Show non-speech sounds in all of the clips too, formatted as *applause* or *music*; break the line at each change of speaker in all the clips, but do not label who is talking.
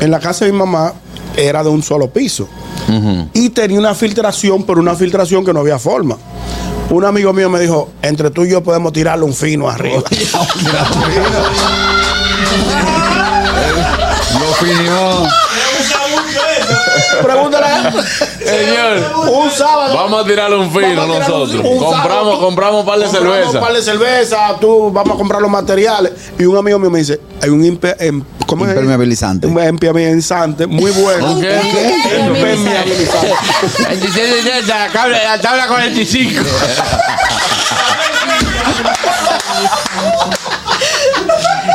en la casa de mi mamá era de un solo piso. Y tenía una filtración, pero una filtración que no había forma. Un amigo mío me dijo, entre tú y yo podemos tirarle un fino arriba.
Lo opinión.
*laughs* Pregúntale a él.
Señor,
Un sábado.
vamos a tirarle un filo
Vamos a tirar un-
nosotros.
un sábado,
compramos,
tú-
compramos un par de
compramos
cerveza.
Un par de cerveza, tú vamos a comprar los materiales. Y un amigo mío me dice, hay un impe- em- ¿cómo es?
Impermeabilizante.
Un impermeabilizante muy bueno.
¿Un qué?
Impermeabilizante.
26 de la tabla, la tabla 45.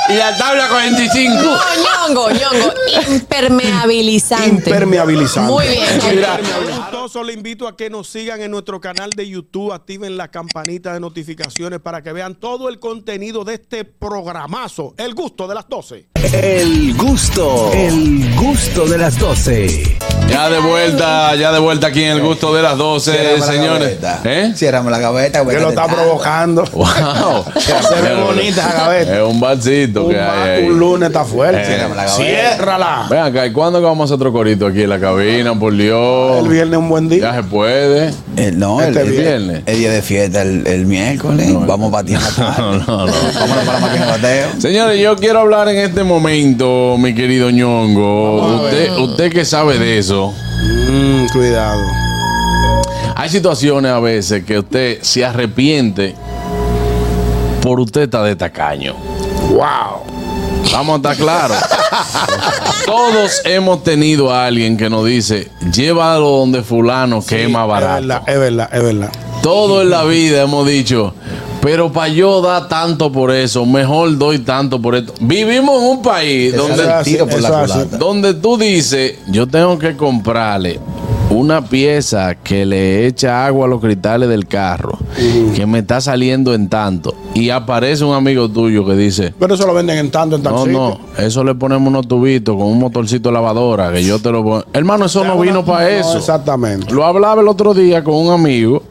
y la tabla 45.
ñongo, ñongo. Impermeabilizante.
Impermeabilizante.
Muy bien.
Mira.
Gustoso, le invito a que nos sigan en nuestro canal de YouTube, activen la campanita de notificaciones para que vean todo el contenido de este programazo. El gusto de las 12.
El gusto, el gusto de las 12.
Ya de vuelta, ya de vuelta aquí en el gusto de las 12, señores. ¿Eh?
Ciérrame la gaveta.
Que lo está provocando.
Wow.
Se ve bonita la gaveta.
Es un barcito
Un,
que
ma-
hay. ahí. Eh,
un lunes está fuerte.
Ciérrame la gaveta.
Ciérrala.
Ven acá, ¿y cuándo que vamos a hacer otro corito aquí en la cabina? Por Dios.
El viernes un buen día.
Ya se puede.
Eh, no,
Este
el, el-
viernes.
el día de fiesta, el, el miércoles. Vamos para ti en la tarde.
*laughs* no, no.
Vámonos para la máquina de bateo.
Señores, yo quiero hablar en este momento, mi querido ñongo. Usted, usted que sabe de eso.
Mm, cuidado.
Hay situaciones a veces que usted se arrepiente por usted está de tacaño.
Wow.
Vamos a estar claros. Todos hemos tenido a alguien que nos dice, llévalo donde fulano, que es más
Es
barato.
verdad, es verdad, es verdad.
Todo en la vida hemos dicho, pero para yo da tanto por eso, mejor doy tanto por esto. Vivimos en un país
Eso
donde
es el tiro por la
Eso es así.
culata.
donde tú dices, yo tengo que comprarle una pieza que le echa agua a los cristales del carro, que me está saliendo en tanto, y aparece un amigo tuyo que dice,
Pero eso lo venden en tanto, en
no,
tanto.
no, eso le ponemos unos tubitos con un motorcito de lavadora, que yo te lo pongo. Hermano, eso no vino para eso.
exactamente.
Lo hablaba el otro día con un amigo.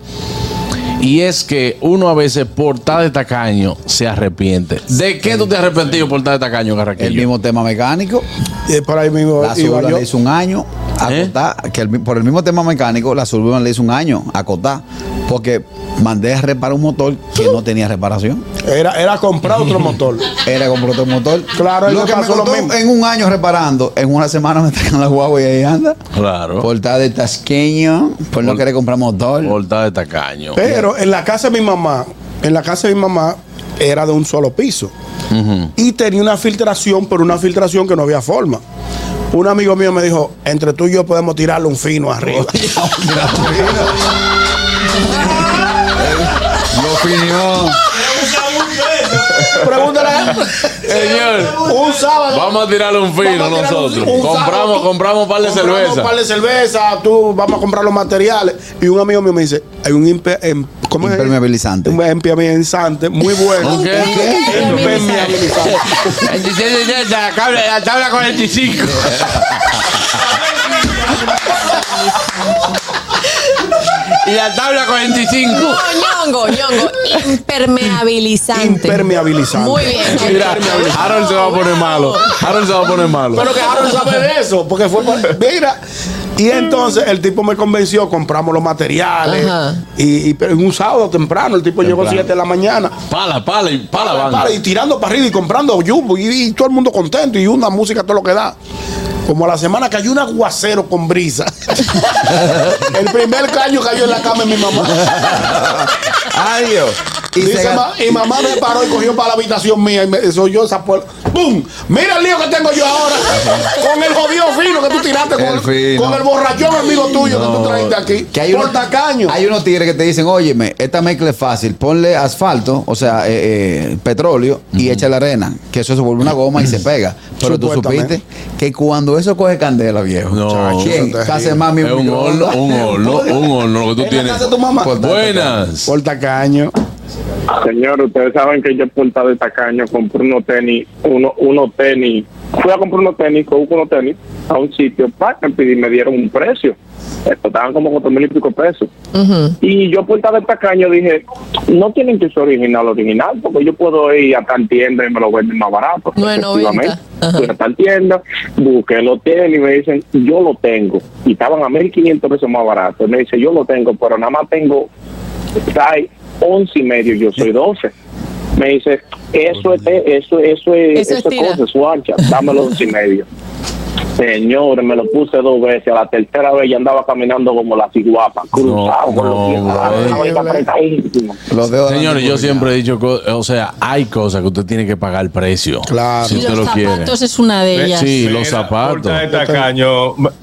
Y es que uno a veces por estar de tacaño se arrepiente. ¿De qué tú te has arrepentido por estar de tacaño, Carraquillo?
El mismo tema mecánico.
Pues, Y por ahí mismo
La
iba
Suburban
yo.
le hizo un año a
¿Eh?
Cotá, que el mi- por el mismo tema mecánico, la Suburban le hizo un año a Cotá, porque mandé a reparar un motor que
¡Uh!
no tenía reparación.
Era, era
*laughs*
comprar otro motor.
Era como otro motor.
Claro, ahí
lo
me
que me
pasó lo
costó
mismo.
en un año reparando, en una semana me traen la guagua y ahí anda.
Claro.
Por estar de tasqueño, por
Oh.
no
Por-
querer comprar motor.
Por estar de tacaño.
Pero en la casa de mi mamá, en la casa de mi mamá era de un solo piso. Y tenía una filtración, pero una filtración que no había forma. Un amigo mío me dijo, entre tú y yo podemos tirarle un fino arriba.
Lo opinión.
Pregúntale a él.
Señor,
Un sábado.
vamos a tirarle un filo
Vamos a tirar un-
nosotros.
un
compramos,
sábado,
compramos un par de
compramos
cerveza.
Un par de cerveza, tú vamos a comprar los materiales. Y un amigo mío me dice, hay un impe- em- ¿cómo es?
Impermeabilizante.
Un impermeabilizante muy bueno.
¿Un qué?
Impermeabilizante.
26 de la tabla, la tabla 45. y la tabla 45.
ñongo, ñongo. Impermeabilizante.
Impermeabilizante.
Muy bien.
Mira, Harold se va a poner malo. Harold se va a poner malo.
Pero que Harold sabe de eso, porque fue por- Mira. Y entonces el tipo me convenció, compramos los materiales.
Ajá.
Y, y- pero en un sábado temprano, el tipo llegó a 7 de la mañana.
Pala, pala y pala,
Para,
banda.
para, y tirando para arriba y comprando jumbo y, y todo el mundo contento y una música todo lo que da. Como a la semana cayó un aguacero con
*laughs*
brisa. el primer caño cayó en la cama de mi mamá.
Ay, Dios. Y
Dice
se gan-
ma- y mamá me paró y cogió para la habitación mía y me yo esa puerta. ¡Bum! Mira el lío que tengo yo
*laughs*
ahora. con el jodido fino que tú tiraste, con
El
el,
fino.
con el borrachón amigo tuyo que tú trajiste aquí.
Que hay,
por
unos,
tacaño.
hay unos tigres que te dicen, óyeme, esta mezcla es fácil, ponle asfalto, o sea, eh, eh, petróleo, y echa la arena, que eso se vuelve una goma y se pega. Pero tú
Supuestamente.
supiste que cuando eso coge candela, viejo,
No.
¿quién?
Eso es
Casi
terrible.
mami
Es un horno,
microondas.
un horno,
*laughs*
un horno lo que tú
en la
tienes.
casa de tu mamá.
Por-
Buenas.
Por tacaño.
Señor, ustedes saben que yo por estar de tacaño compré unos tenis, uno, unos tenis fui a comprar unos tenis, con unos tenis, a un sitio, pa, me pidí- me dieron un precio. Eh, Costaban como cuatro mil y pico pesos. Y yo por estar de tacaño dije, no tienen que ser original, original, porque yo puedo ir a tal tienda y me lo venden más barato.
No es 90.
Efectivamente,
Ajá.
Fui a tal tienda, busqué los tenis, me dicen, yo lo tengo. Y estaban a 1.500 pesos más barato. Y me dice, yo lo tengo, pero nada más tengo size 11 y medio, yo soy 12. Me dice, eso es, eso, eso es,
Eso es
eso es
tira.
cosa, es guancha, dame los 11 y medio. Señores, me lo puse dos veces. A la tercera vez ya andaba caminando como la ciguapa, cruzado con
no,
los pies.
brother.
abajo, estaba apretadísimo.
Los dedos
Señores,
adelante,
yo
porque
siempre he dicho, co- o sea, hay cosas que usted tiene que pagar el precio.
Claro.
Si
Y
usted
los
lo quiere. Eh,
zapatos es una de ellas.
Sí,
Mira,
los
Por
zapatos.
tal tacaño,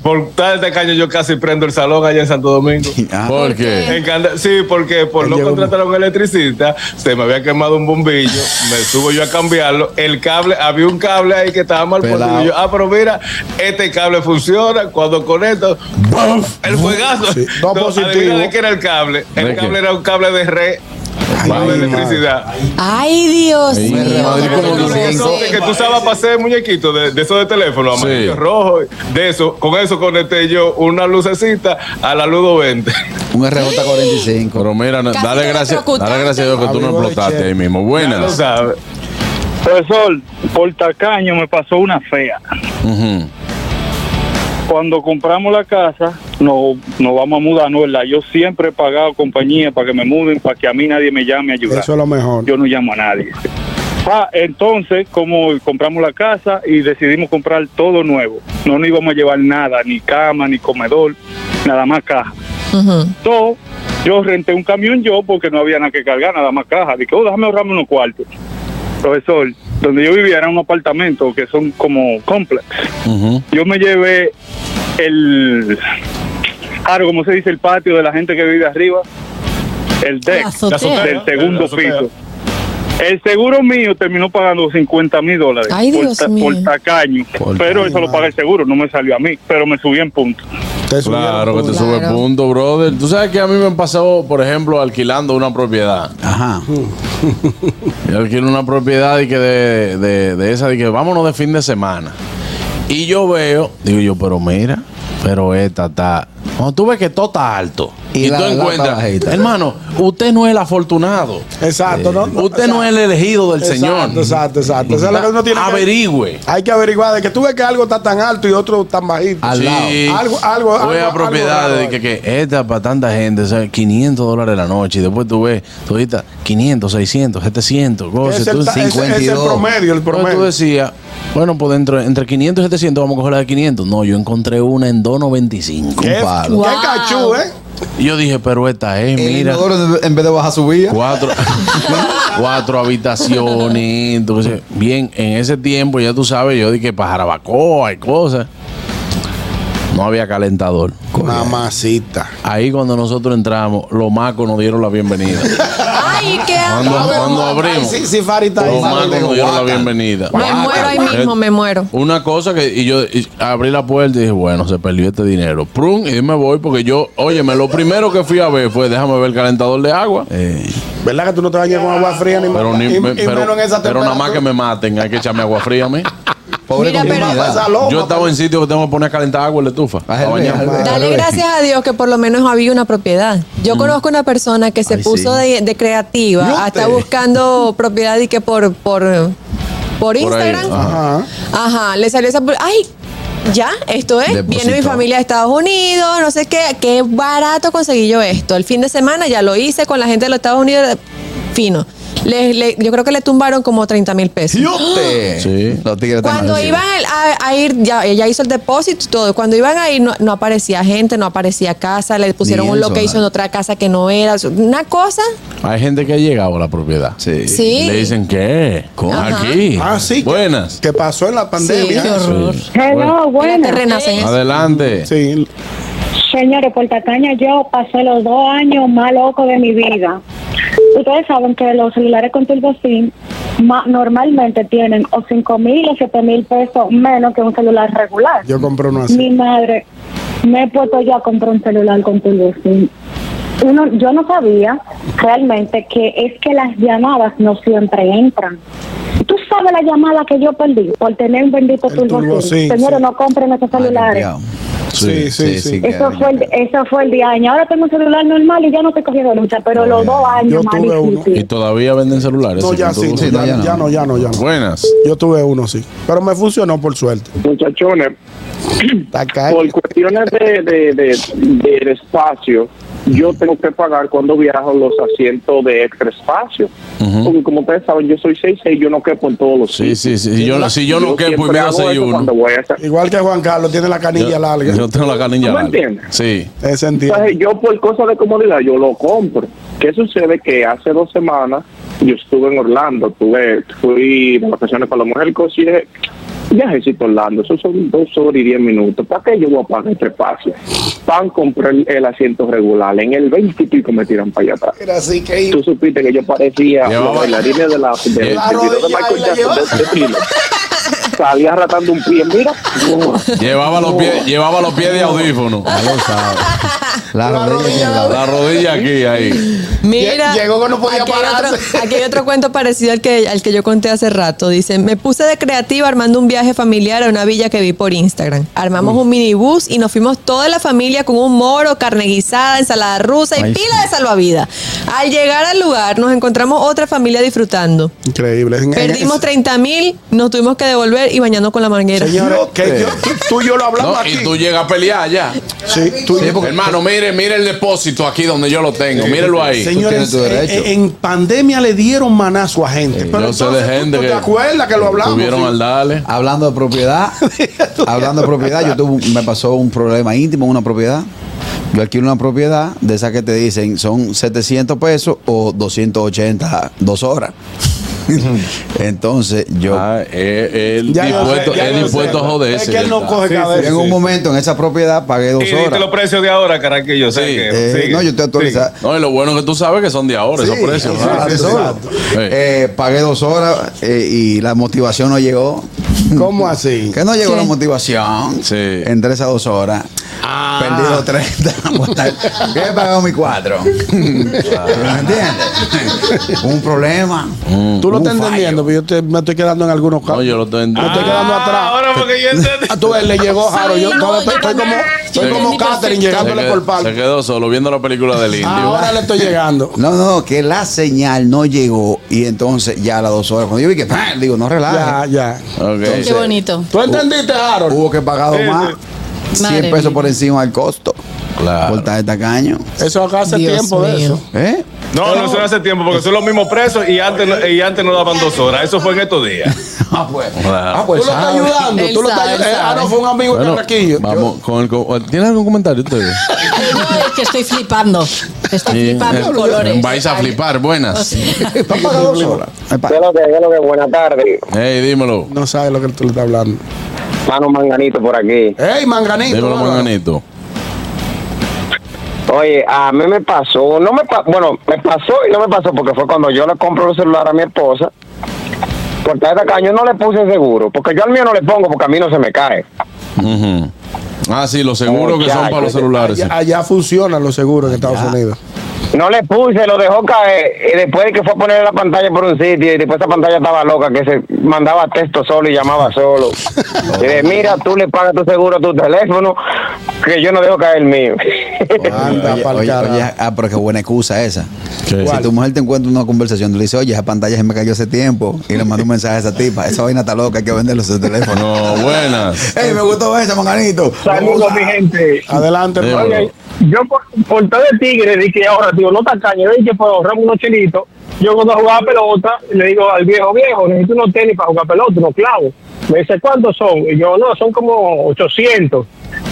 por tal tacaño yo casi prendo el salón allá en Santo
*laughs*
Domingo.
Ah,
¿Por qué?
Me encanta. Sí, porque por
Él
no
llegó-
contratar a un electricista, se me había quemado un bombillo, me subo yo a cambiarlo, el cable, había un cable ahí que estaba mal puesto,
Pelao.
y yo, ah, pero mira, este cable funciona, cuando conecto, ¡bum! el fuegazo.
Sí, dos positivos.
adivina de qué era el cable?
¿De
El
qué?
cable era un cable de red, no de
madre.
electricidad.
Ay, Dios
Ay,
mío.
Madrid,
Esos
como
cables que
cinco.
son de que tú usabas para hacer muñequitos de, de esos de teléfono,
Sí.
amarillo, rojo, de eso, con eso conecté yo una lucecita a la Ludo 20.
Un RJ45.
Pero mira,
Casi
dale
te
gracias,
electrocutaste.
dale gracias a Dios que tú no
Amigo de
explotaste
Chef.
ahí
*laughs*
mismo.
Ya lo
Buenas.
sabes.
Profesor, por tacaño me pasó una fea.
Ujú.
Cuando compramos la casa, no, nos vamos a mudar, ¿no? ¿verdad? Yo siempre he pagado compañía para que me muden, para que a mí nadie me llame a ayudar.
Eso es lo mejor.
Yo no llamo a nadie. Ah, entonces, como compramos la casa y decidimos comprar todo nuevo, no nos íbamos a llevar nada, ni cama, ni comedor, nada más caja.
Ujú.
Todo, yo renté un camión yo porque no había nada que cargar, nada más caja. Dije, oh, déjame ahorrarme unos cuartos. Profesor, donde yo vivía era un apartamento que son como complex.
Ujú.
Yo me llevé el, claro, como se dice, el patio de la gente que vive arriba, el deck
La azotea.
del segundo
La azotea.
piso. El seguro mío terminó pagando 50 mil dólares
Ay,
por,
Dios mío.
por tacaño,
Por
pero
tacaño,
eso lo
madre.
paga el seguro, no me salió a mí, pero me subí en punto.
Te subieron
Claro que te
punto.
sube
Claro.
punto, brother. Tú sabes que a mí me pasó, por ejemplo, alquilando una propiedad.
Ajá.
Yo alquilo una propiedad y que de, de, de esa, de que vámonos de fin de semana. Y yo veo, digo yo, pero mira, pero esta está. Cuando tú ves que todo está alto
Y
y,
la
tú
lata
encuentras,
bajita.
hermano, usted no es el afortunado.
Exacto, Eh, ¿no?
Usted no es el elegido del
Exacto,
Señor.
Exacto, exacto. Eso es lo que uno tiene que-
Averigüe.
Hay que averiguar de que tú ves que algo está tan alto y otro tan bajito.
Al lado.
Algo- algo-
Voy
algo-
a propiedades
algo
de que, que esta para tanta gente, o sea, 500 dólares la noche. Y después tú ves, tú dices, 500, 600, 700, cosas.
Ese
tú-
está- ese- ese es el
52.
promedio, el
Entonces tú
promedio.
decías, bueno, pues dentro, entre 500 y 700 vamos a coger la de 500. No, yo encontré una en 295.
Qué,
un
qué
palo.
Wow.
cachú, ¿eh?
Y Yo dije, pero esta es,
El
mira,
inodoro, en vez de bajar subía.
cuatro, *laughs* cuatro habitaciones. Entonces, bien, en ese tiempo, ya tú sabes, yo dije, pajarabacoa y cosas. No había calentador.
Mamacita.
Ahí cuando nosotros entramos, los macos nos dieron la
*laughs*
bienvenida.
Ay, qué
Cuando, cuando abrimos,
Sí, sí, Fari está ahí.
los macos nos dieron la
guata.
bienvenida. Eh,
Me muero ahí mismo, me muero.
Una cosa que y yo y abrí la puerta y dije, bueno, se perdió este dinero. Prum, y me voy porque yo, óyeme, lo primero que fui a ver fue déjame ver el calentador de agua.
¿Verdad que tú no te bañas con agua fría ni
Pero,
más?
ni-
y,
me-
y
pero,
menos en esa
pero nada más que me
temperatura.
maten, hay que echarme agua fría a mí.
Pobre
Mira, pero-
comunidad.
Esa loma,
Yo estaba en sitio que tengo que poner a calentar agua en la estufa.
Baja
a
el
bañarme.
real.
Dale gracias a Dios que por lo menos había una propiedad. Yo conozco una persona que se puso de, de creativa
Yo
hasta
te-
buscando propiedad y que por por, por
ahí,
Instagram.
ajá.
Ajá.
Ajá, le salió esa. pu- ¡Ay! Ya, esto es.
Depositó.
Viene mi familia de Estados Unidos, no sé qué. Qué barato conseguí yo esto. El fin de semana ya lo hice con la gente de los Estados Unidos. Fino. Le- le- yo creo que le tumbaron como 30 mil pesos.
¡Yote!
Sí.
Los tigres están
Cuando
agresivos.
iban a, a ir, ya ella hizo el depósito y todo. Cuando iban a ir, no, no aparecía gente, no aparecía casa. Le pusieron
Ni
un
eso,
location
nada.
de otra casa que no era. Una cosa.
Hay gente que ha llegado a la propiedad.
Sí.
Sí.
Y Le dicen, ¿qué? ¿Cómo?
Ajá.
Aquí.
Ah, sí. que-
Buenas.
Que pasó en la
Sí, qué
pandemia.
horror.
Hello,
Las
bueno.
terrenas en eso.
Adelante.
Sí.
Señores, por tacaña yo pasé los dos años más locos de mi vida. Ustedes saben que los celulares con turbo SIM ma- normalmente tienen o cinco mil o siete mil pesos menos que un celular regular.
Yo compré uno
Mi
así.
madre, me he puesto yo a comprar un celular con turbo SIM. Uno, yo no sabía realmente que es que las llamadas no siempre entran. ¿Tú sabe la llamada que yo perdí por tener un bendito
El
turbo
turbo,
SIM.
sí,
Señores,
sí.
no compren esos celulares.
Sí, sí, sí.
que
Eso fue, el, eso fue el de año. Ahora tengo un celular normal y ya no estoy cogiendo lucha, pero los dos
Yo
años más
tuve
¿Y
uno.
difíciles.
todavía venden celulares?
No,
Sí,
ya
con
sí,
todo.
no, ya, ya no, ya no, ya no,
Buenas.
Yo tuve uno, sí. Pero me funcionó por suerte.
Muchachones,
Está acá.
por cuestiones de, de, de- del espacio, yo tengo que pagar cuando viajo los asientos de extra espacio. Porque como ustedes saben, yo soy 6'6", yo no quepo en todos los
Sí,
sitios.
sí, sí. Si yo, no- si yo no quepo y
siempre
me
hago
hace
eso
uno.
cuando voy a hacer-
Igual que Juan Carlos, tiene la canilla larga.
Yo tengo la canilla
¿Tú me
larga.
entiendes?
Sí.
Entonces
Ese entiende.
yo por cosas de comodidad yo lo compro. ¿Qué sucede? Que hace dos semanas yo estuve en Orlando, tuve, fui de vacaciones con la mujer y dije, viajecito a Orlando, eso son dos horas y diez minutos, ¿para qué yo voy a pagar este espacio? Pan, compré el, el asiento regular, en el 20 y pico me tiran para allá atrás.
Era así que iba.
Tú supiste que yo parecía
Llevaba-
los bailarines de la de, del
La
video de
rodilla
Michael
la
Jackson de- de Thriller. Salía ratando un pie, mira.
Llevaba los pies, llevaba los pies de audífono.
La
La
rodilla
rodilla
en la-
La rodilla aquí, ahí.
Mira,
Lle- llegó que no podía
aquí hay, otro,
pararse.
*laughs* aquí hay otro cuento parecido al que, al que yo conté hace rato. Dice, me puse de creativa armando un viaje familiar a una villa que vi por Instagram. Armamos un minibús y nos fuimos toda la familia con un moro, carne guisada, ensalada rusa y
Ay,
pila
sí.
de salvavidas. Al llegar al lugar nos encontramos otra familia disfrutando.
Increíble. En- en
Perdimos
ese-
30 mil, nos tuvimos que devolver y bañarnos con la manguera.
Señores, que yo,
Ah.
tú, tú y yo lo hablamos
No,
aquí.
y tú llegas a pelear ya.
Sí, tú y-
Sí, porque-
Hermano, mire, mire el depósito aquí donde yo lo tengo. Mírelo ahí.
Señores,
Tú tienes tu
en,
derecho.
en pandemia le dieron manazo a gente. pero
Yo sé de
entonces, tú-
gente
tú
que.
te acuerdas que lo hablamos.
Tuvieron
Sí.
al darle.
Hablando de
*laughs*
propiedad, hablando de propiedad, yo tuve, un- me pasó un problema íntimo en una propiedad. Yo alquilo una propiedad de esas que te dicen son 700 pesos o 280 dos horas. *laughs* Entonces yo
Ah, eh, él
Ya yo
dispuesto,
sé, ya
él
yo
dispuesto
sé.
a joderse.
Es que él no
ya
coge
Sí,
cabeza.
sí,
en un momento en esa propiedad pagué dos
Y diste
horas.
los precios de ahora, carajillo.
Sí.
sigue,
Eh,
sigue,
no, yo te actualiza.
sigue.
está. No, y lo bueno es que tú sabes que son de ahora esos precios.
sí,
¿verdad?
sí,
Dos horas.
Exacto.
Eh, pagué dos horas eh, y la motivación no llegó.
¿Cómo así?
Que no llegó
Sí.
la motivación.
Sí. Ah.
Entre esas dos horas. Perdido
*laughs*
30. ¿Qué he pagado mi cuatro? ¿Me entiendes? Un problema.
Mm.
Tú lo
un
estás
fallo.
entendiendo, pero yo te- me estoy quedando en algunos
No,
casos.
yo lo estoy
Me estoy
entendiendo.
quedando atrás.
Ahora porque yo entendí.
Ah, tú ves, le llegó Jaro. yo,
no,
no,
yo
estoy, estoy
también.
como, estoy
Yo
como
entendí
Catherine
perfecto.
se,
llegándole por
quedó, se
parte.
quedó solo viendo la película del indio.
Ahora le estoy
*laughs*
llegando.
No, no, que la señal no llegó y entonces ya a las dos horas. Cuando yo vi que, ¡pam! digo, no
Ya,
relajes.
Ah, ya.
Ok.
Entonces-
Qué bonito.
¿Tú entendiste, Harold?
Hubo que pagar más. 100
Madre
pesos
mía.
por encima del costo.
Claro.
Por tarjeta caño.
Eso acá hace
Dios
tiempo de
mío.
eso.
¿Eh?
*laughs* No, no son hace tiempo porque son los mismos presos y antes, no- y antes no daban dos horas. Eso fue en estos días.
Ah, pues.
Claro.
Ah, pues.
tú lo estás
sabe.
ayudando.
Él
Tú lo estás
sabe, él
ayudando. Eh,
sabe.
Harold fue un amigo de
Bueno,
Carraquillo.
vamos con el co- ¿Tiene algún comentario ustedes?
No, es que estoy flipando. Estoy
Sí,
flipando
eh,
colores.
Vais a flipar,
O
buenas.
sea,
¿Tú has
*laughs*
pagado dos horas? Eh, pa-
lo que, lo que, buena tarde.
Ey, dímelo.
No sabes lo que tú le estás hablando.
Mano Manganito por aquí.
¡Ey, manganito!
Dímelo,
bárbaro.
manganito.
Oye, a mí me pasó, no me pa- bueno, me pasó y no me pasó porque fue cuando yo le compro el celular a mi esposa. Por tarjeta caño no le puse seguro, porque yo al mío no le pongo porque a mí no se me cae.
Ujú. Ah, sí, los seguros que son para los celulares. sí.
Allá, allá funcionan los seguros en Estados Unidos.
No le puse, lo dejó caer y después de que fue a poner la pantalla por un sitio y después esa pantalla estaba loca que se mandaba texto solo y llamaba solo. Y de, mira, tú le pagas tu seguro a tu teléfono que yo no dejo caer el mío. *laughs*
Anda
Oye,
pa'l
oye,
carajo.
oye, ah, pero qué buena excusa esa.
¿Qué?
Si tu mujer te encuentra en una conversación, tú le dices, oye, esa pantalla se me cayó hace tiempo, y le manda un mensaje a esa tipa, esa vaina está loca, hay que venderlo su teléfono.
No, buenas.
*laughs* ¡Ey, me gustó esa, manganito!
Saludos, mi gente.
Adelante,
Dímelo.
Pablo.
Oye, yo por, por todo el tigre dije ahora, tío, no tan caña, yo dije, pues ahorramos unos chelitos. Yo cuando jugaba pelota, le digo al viejo, viejo, necesito unos tenis para jugar pelota, unos clavos. Me dice, ¿cuántos son? Y yo, no, son como 800.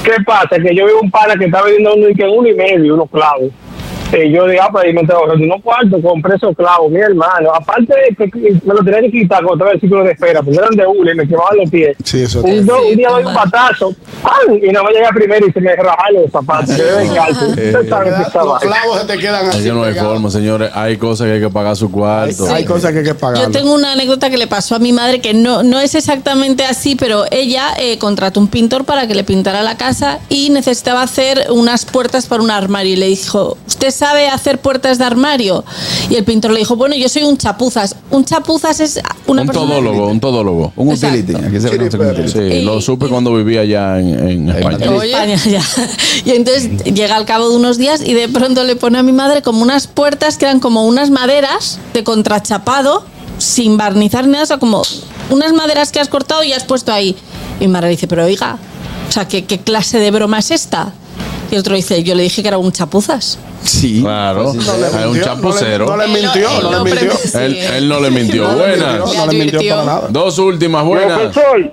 ¿Qué pasa? Que yo vi un pana que estaba vendiendo uno, y que uno y medio, unos clavos. Y yo dije, ah, pues ahí me estaba ahorrando unos cuartos, compré esos clavos, mi hermano. Aparte de que me lo tenía que quitar con todo el ciclo de espera, porque eran de hule y me quemaban los pies.
Sí, eso
Un,
está.
do- un día doy un patazo, ¡pam! y nada más llegué primero y se me rajaron los zapatos. Yo de calcio. Ustedes saben que esta
Los
vaina.
clavos se te quedan
Es
así.
que no hay
pegados.
forma, señores. Hay cosas que hay que pagar su cuarto.
Hay cosas que hay que pagar.
Yo tengo una anécdota que le pasó a mi madre que no, no es exactamente así, pero ella eh, contrató un pintor para que le pintara la casa y necesitaba hacer unas puertas para un armario. Y le dijo, usted sabe hacer puertas de armario. Y el pintor le dijo, bueno, yo soy un chapuzas. Un chapuzas es una
un
persona...
todólogo, un todólogo.
Un utility. Aquí se conoce como utility.
Sí, lo supe cuando vivía allá en, en España.
Oye. *laughs* Y entonces llega al cabo de unos días y de pronto le pone a mi madre como unas puertas que eran como unas maderas de contrachapado, sin barnizar ni nada, o sea, como unas maderas que has cortado y has puesto ahí. Y mi madre dice, pero oiga, o sea, ¿qué, qué clase de broma es esta? Y el otro dice, yo le dije que era un chapuzas.
Sí.
Claro,
Pues,
No le
era un
mintió,
chapucero.
No le, no le mintió,
Él
no,
no
le mintió.
premis-
Él, él no le mintió.
No le
buenas.
*laughs* No, no le mintió
advirtió.
para nada.
Dos últimas buenas.
Profesor,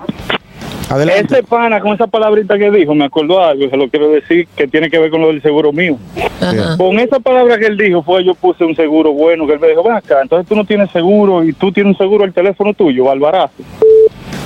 Adelante.
Ese pana con esa palabrita que dijo, me acordó algo, se lo quiero decir, que tiene que ver con lo del seguro mío.
Ajá.
Con esa palabra que él dijo fue yo puse un seguro bueno, que él me dijo, ven acá, entonces tú no tienes seguro y tú tienes un seguro el teléfono tuyo, Alvarazo.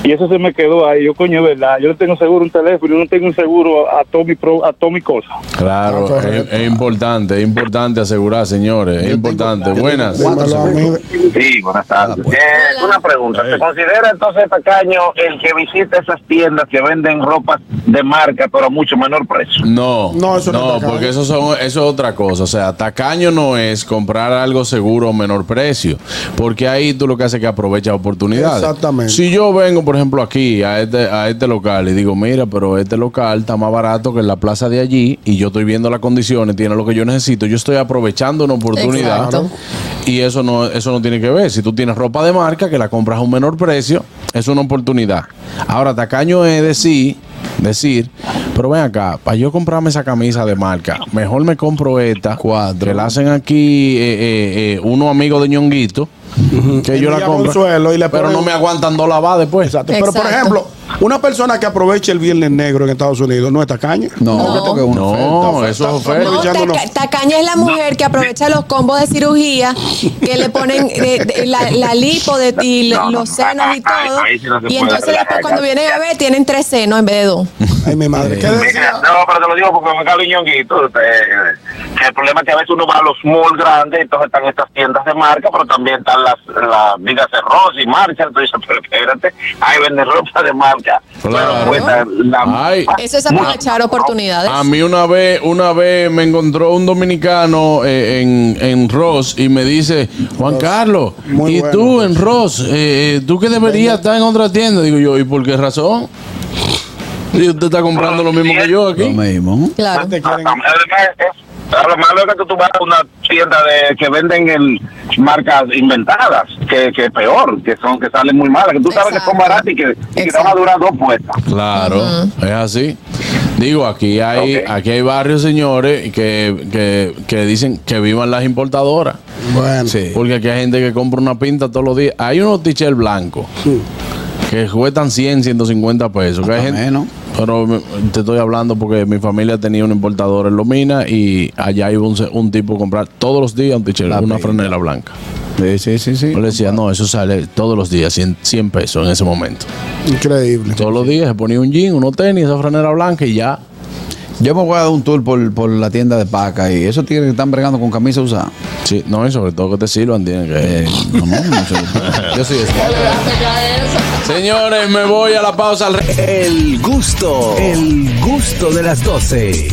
Y eso se me quedó ahí, yo coño, es verdad, yo no tengo seguro un teléfono, yo no tengo un seguro a, a todo mi pro- a todo mi cosa.
Ah,
Claro, es,
correcto.
es importante, es importante asegurar, señores. Es importante. Buenas.
Dímelo a mí.
Sí, buenas tardes. Eh, una pregunta. ¿Se considera entonces tacaño el que visita esas tiendas que venden ropas de marca, pero a mucho menor precio?
No,
No, eso no es tacaño.
porque eso, son, eso es otra cosa. O sea, tacaño no es comprar algo seguro a menor precio, porque ahí tú lo que haces es que aprovechas oportunidades.
Exactamente.
Si yo vengo, por ejemplo, aquí a este, a este local y digo, mira, pero este local está más barato que en la plaza de allí y yo estoy viendo las condiciones, tiene lo que yo necesito, yo estoy aprovechando una oportunidad.
Exacto.
Y eso no, eso no tiene que ver. Si tú tienes ropa de marca que la compras a un menor precio, es una oportunidad. Ahora, tacaño es decir, decir, pero ven acá, para yo comprarme esa camisa de marca, mejor me compro esta, cuatro, que la hacen aquí eh, eh, eh, unos amigos de ñonguito, que
Y
yo la
ya
compro,
Consuelo y le
pero
ponen-
no me aguantan dos lavadas después.
Exacto. Pero por
Exacto.
ejemplo, una persona que aproveche el viernes negro en Estados Unidos no es tacaña.
No,
No.
porque es una oferta.
No, eso es oferta.
Pero
No,
ya no, no.
taca- tacaña es la mujer que aprovecha los combos de cirugía, que le ponen de- de- la, la lipo de, y
No, no,
los
no,
senos y
ahí- ahí-
todo.
ahí sí no se
y
puede
entonces
relajar,
después cuando
ya.
viene bebé tienen tres senos en vez de dos.
Ay, mi madre. ¿Qué decía?
No, pero te lo digo porque me cae el ñonguito. eh, que el problema es que a veces uno va a los malls grandes, entonces están estas tiendas de marca, pero también están las, las vigas de Ross y Marcha. Entonces, pero espérate, ahí venden ropa de marca.
Claro.
Pero cuesta la.
Ay.
Eso es
ah,
aprovechar oportunidades.
A mí una vez, una vez me encontró un dominicano eh, en, en Ross y me dice, Juan Carlos,
Muy
¿y
bueno.
tú en Ross? eh, eh, ¿Tú que deberías estar en otra tienda? Digo yo, ¿y por qué razón? Y usted está comprando lo mismo que yo
Lo
aquí.
mismo.
Claro.
Te quieren-
Además, es- Lo malo es que tú vas a una tienda de, que venden el, marcas inventadas, que, que es peor, que son que salen muy malas, que tú sabes que son
Exacto.
baratas y que, y que te van a
Exacto.
durar dos puestas.
Claro, es así. Digo, aquí hay,
Ok.
aquí hay barrios, señores, que, que, que dicen que vivan las importadoras.
Bueno.
Porque aquí hay gente que compra una pinta todos los días. Hay unos t-shirts blancos que cuestan 100, 150 pesos. Que hay
Hasta
gente-
menos.
Pero me- te estoy hablando porque mi familia tenía un importador en Lomina y allá iba un, se- un tipo a comprar todos los días un t-shirt,
La
una
pinta.
franela blanca.
Sí, sí, sí. sí.
Yo le decía, no, eso sale todos los días, 100, 100 pesos en ese momento.
Increíble.
Todos los días se ponía un jean, unos tenis, esa franela blanca y ya.
Yo me voy a dar un tour por, por la tienda de paca y esos tigres que están bregando con camisa usada.
Sí, no, y sobre todo que te sirvan, tienen que. *laughs*
Eh, no, no, no sé. Yo *laughs* soy ese.
Señores, me voy a la pausa al re-
El gusto, el gusto de las 12.